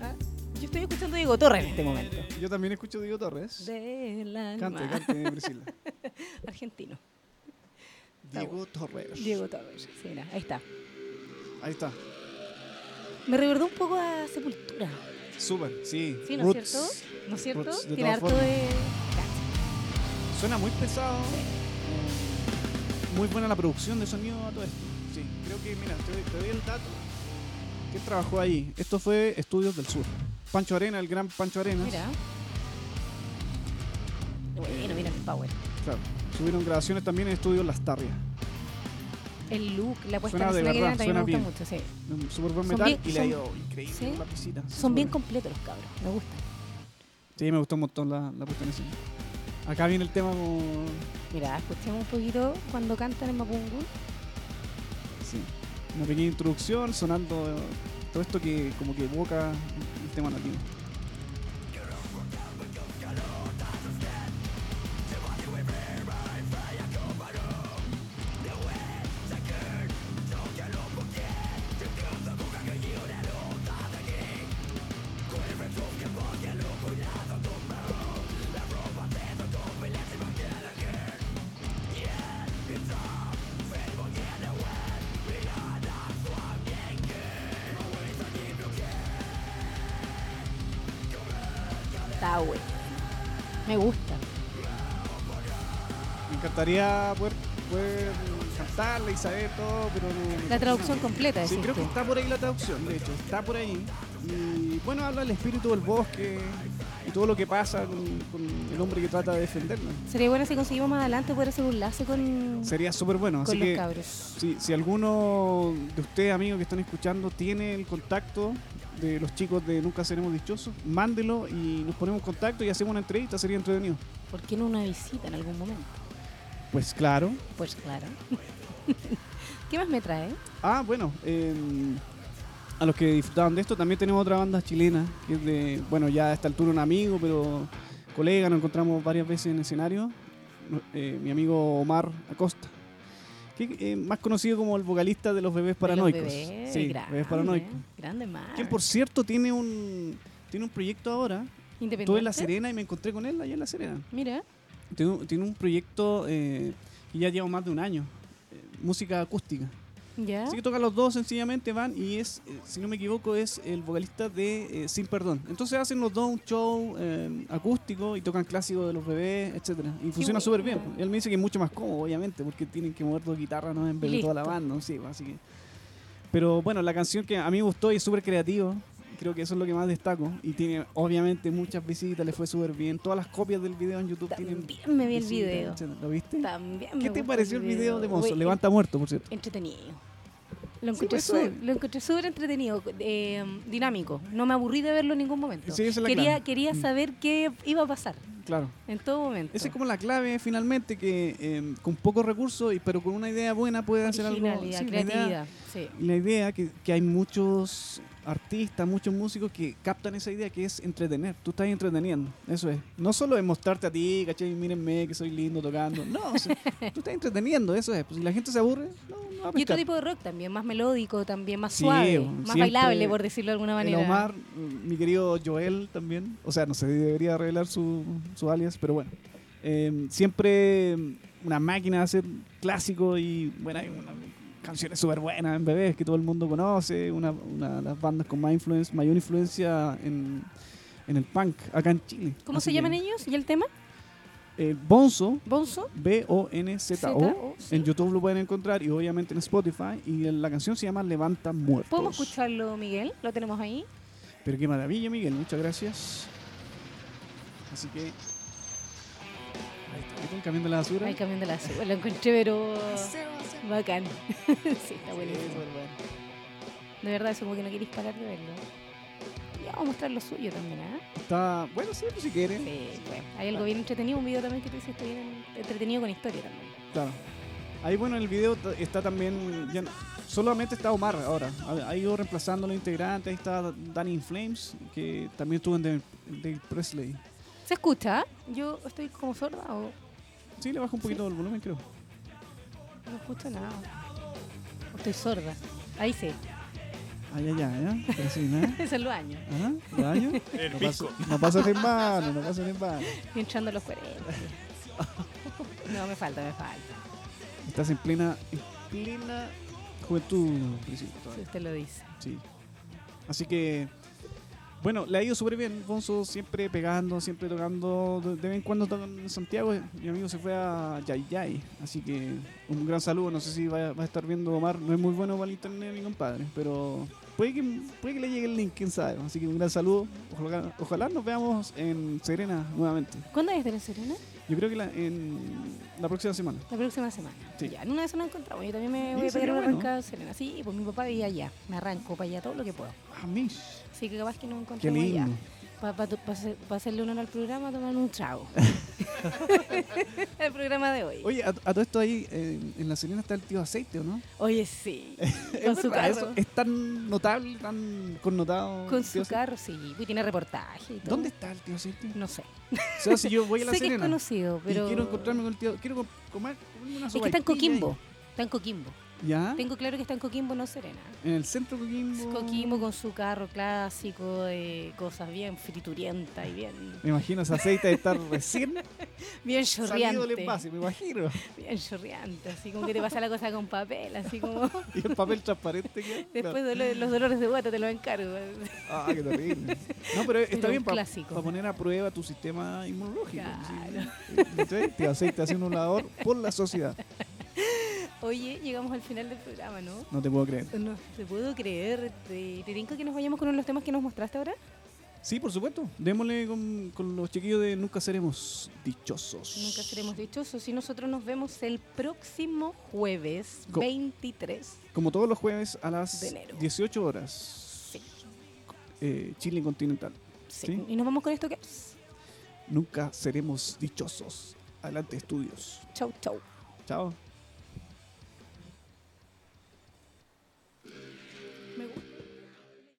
Ah, Yo estoy escuchando a Diego Torres en este momento.
Yo también escucho Diego Torres.
Del alma.
Cante, cante,
<laughs>
Priscila.
Argentino.
Diego Torres.
Diego Torres. Sí, mira, ahí está.
Ahí está.
Me recordó un poco a Sepultura.
Súper, sí.
Sí, ¿no es
Roots.
cierto? ¿No es cierto?
Roots, de
Tiene
todas
harto
formas.
de...
Suena muy pesado. Muy buena la producción de sonido a todo esto. Sí, creo que, mira, te doy, te doy el dato. ¿Quién trabajó ahí? Esto fue Estudios del Sur. Pancho Arena, el gran Pancho Arenas.
Mira. Bueno, mira el power.
Claro. Subieron grabaciones también en Estudios Las Tarrias.
El look, la puesta
Suena
en
de
escena que
verdad,
tienen también me gusta
suena
mucho, sí.
Un Súper buen
Son
metal.
bien-
y le ha
son-
ido increíble
¿sí?
con la piscina. Sí,
Son bien
súper.
completos los cabros, me gustan.
Sí, me gustó un montón la, la puesta en escena. Acá viene el tema como...
Mira, escuchemos un poquito cuando cantan en Mapungu.
Sí. Una pequeña introducción sonando eh, todo esto que como que evoca el tema nativo.
Está bueno. Me gusta.
Me encantaría poder, poder cantarla y saber todo, pero no-
La traducción completa,
Sí,
decís
creo que
tú.
está por ahí la traducción, de hecho, está por ahí. Y bueno, habla del espíritu del bosque y todo lo que pasa con, con el hombre que trata de defenderlo.
Sería bueno si conseguimos más adelante poder hacer un lazo con,
Sería súper bueno, así
con los
que
cabros.
Sí, si alguno de ustedes, amigos que están escuchando, tiene el contacto de los chicos de Nunca Seremos Dichosos, mándelo y nos ponemos en contacto y hacemos una entrevista, sería entretenido.
¿Por qué no una visita en algún momento?
Pues claro.
Pues claro. <laughs> ¿Qué más me trae?
Ah, bueno, eh, a los que disfrutaban de esto, también tenemos otra banda chilena, que es de, bueno, ya a esta altura un amigo, pero colega, nos encontramos varias veces en escenario, no- eh, mi amigo Omar Acosta. Que, eh, más conocido como el vocalista de los bebés paranoicos.
De los bebés,
sí,
grande,
bebés paranoicos.
Grande más.
Quien, por cierto, tiene un, tiene un proyecto ahora.
Independiente.
Estuve en La Serena y me encontré con él allá en La Serena.
Mira,
Tiene, un- tiene un proyecto eh, que ya lleva más de un año. eh, música acústica.
ya.
Así que tocan los dos, sencillamente van y es, eh, si no me equivoco, es el vocalista de eh, Sin Perdón. Entonces hacen los dos un show eh, acústico y tocan clásicos de los bebés, etcétera Y funciona súper bien.
bueno.
Él me dice que es mucho más cómodo, obviamente, porque tienen que mover dos guitarras, ¿no? En vez de toda la
Listo.
banda, sí, pues, así que... Pero bueno, la canción que a mí me gustó y es súper creativa. Creo que eso es lo que más destaco. Y tiene, obviamente, muchas visitas, le fue súper bien. Todas las copias del video en YouTube tienen...
También me vi el
visitas,
video.
etcétera. ¿Lo viste?
También me
¿eh? ¿Qué te
gusta
pareció el video de Monzo?
Güey,
Levanta muerto, por cierto.
entretenido. Lo
Sí,
encontré
pues, eso
súper
es.
lo encontré súper entretenido, eh, dinámico. No me aburrí de verlo en ningún momento.
Sí, esa es la
quería,
clave.
quería
Mm.
saber qué iba a pasar
Claro.
en todo momento.
Esa es como la clave finalmente, que eh, con pocos recursos, y- pero con una idea buena puede hacer algo.
Originalidad,
sí, la idea-
creatividad. Sí.
y La idea que, que hay muchos artistas, muchos músicos que captan esa idea que es entretener. Tú estás entreteniendo, eso es. No solo es mostrarte a ti, ¿cachai? Mírenme que soy lindo tocando. No, o
<laughs>
sea, tú estás entreteniendo, eso es. Pues si la gente se aburre, no, no va a
Y otro
pescar.
tipo de rock también, más melódico, también más
Ah, Sí,
suave,
bueno,
más
siempre
bailable, por decirlo de alguna
El
manera.
Omar, mm, mi querido Joel también. O sea, no sé, debería arreglar su, su alias, pero bueno. Eh, siempre mm, una máquina de hacer clásico y bueno, hay una- canciones súper buenas en bebés que todo el mundo conoce. Una, una de las bandas con más influencia, mayor influencia en, en el punk acá en Chile.
¿Cómo
Así
se llaman
que,
ellos? ¿Y el tema?
eh, Bonzo,
¿Bonzo?
B-O-N-Z-O.
Z-O, sí.
En YouTube lo pueden encontrar y obviamente en Spotify. Y la canción se llama Levanta Muertos.
¿Podemos escucharlo, Miguel? ¿Lo tenemos ahí?
Pero qué maravilla, Miguel, muchas gracias. Así que. Ahí está, ¿viste el camión de la basura.
Ay, camión de la Azul, Lo encontré, pero bacán. <laughs> sí, está
Sí,
buenísimo.
súper bueno.
De verdad, eso como que no queréis parar de verlo. Ya vamos a mostrar lo suyo también, ¿ah?
Está. Bueno, sí, pues si quieren.
Sí, pues. Hay algo bien entretenido, un video también que tú hiciste bien entretenido con historia también.
Claro. Ahí, bueno, en el video ta- está también. ya no- solamente está Omar ahora. Ha- Ha ido reemplazando a los integrantes. Ahí está Danny in Flames, que también estuvo en Dave- Dave Presley.
¿Se escucha? Yo estoy como sorda o
Sí, le bajo un poquito el volumen, creo.
no escucho nada. O estoy sorda. Ahí sí, <laughs>
Ay, ay, ay, ay. <laughs> Pero sí, ¿no?
eso es lo año.
Ajá, daño.
El
No pasa,
pisco.
no pasa en vano, no pasa en vano.
Y entrando a los 40. <laughs> No, me falta, me falta.
Estás en plena, en plena juventud, Priscila,
Si
todavía.
usted lo dice.
Sí. Así que, bueno, le ha ido súper bien. Bonzo siempre pegando, siempre tocando. De de vez en cuando toca en Santiago. Mi amigo se fue a Yay Yay. Así que, un gran saludo. No sé si va, va a estar viendo Omar. No es muy bueno para el internet, mi compadre. Pero puede que, puede que le llegue el link, quién sabe. Así que un gran saludo. Ojalá, ojalá nos veamos en Serena nuevamente.
¿Cuándo es Teresa Serena?
Yo creo que la- en la próxima semana.
La próxima semana.
Sí.
Ya, en una de esas nos encontramos. Yo también me voy
Sí,
a pegar
sería
una
bueno.
arrancada de Serena. Sí, pues mi papá vivía allá. Me arranco para allá todo lo que puedo.
Ah, Mish.
Así que capaz que nos
Qué
encontramos allá.
lindo.
Para hacerle honor al programa, tomar un
<laughs>
trago. el programa de hoy.
Oye, a, a todo esto ahí eh, en la Serena está el tío aceite, ¿o no?
Oye, sí.
<laughs> Es
Con su
verdad,
carro.
eso es tan notable, tan connotado.
Con
el tío
su
aceite.
carro, sí. Y tiene reportaje y todo.
¿Dónde está el tío aceite?
No sé.
O sea, si yo voy a
<laughs>
la
sé que es
Serena
conocido, pero.
y quiero encontrarme con el tío, quiero co- comer comerme una ¿Ah?
Es
sopa.
que está en Coquimbo. Está en Coquimbo.
¿Ya?
Tengo claro que está en Coquimbo, no Serena.
En el centro de Coquimbo.
Coquimbo con su carro clásico, de cosas bien friturientas y bien,
Me imagino ese aceite de estar recién
bien
salido del
<laughs> chorreante.
envase, me imagino. <laughs>
Bien chorreante, así como que te pasa la cosa con papel, así
<laughs>
como
Y el papel transparente que
después de lo- los dolores de guata te lo encargo. <laughs>
Ah, qué terrible. No, pero está
Pero
bien
un
para
clásico.
poner a prueba tu sistema inmunológico.
Claro.
Entonces, te aceite haciendo un labor por la sociedad.
Oye, llegamos al final del programa, ¿no?
No te puedo creer.
No te puedo creer. ¿Te, te tinca que nos vayamos con uno de los temas que nos mostraste ahora?
Sí, por supuesto. Démosle con, con los chiquillos de Nunca Seremos Dichosos.
Nunca seremos dichosos. Y nosotros nos vemos el próximo jueves
Co-
23.
Como todos los jueves a las
De enero.
18 horas. Eh, Chile Continental.
Sí.
Sí.
Y nos vamos con esto que es.
Nunca seremos dichosos. Adelante, estudios.
Chau, chau.
Chao.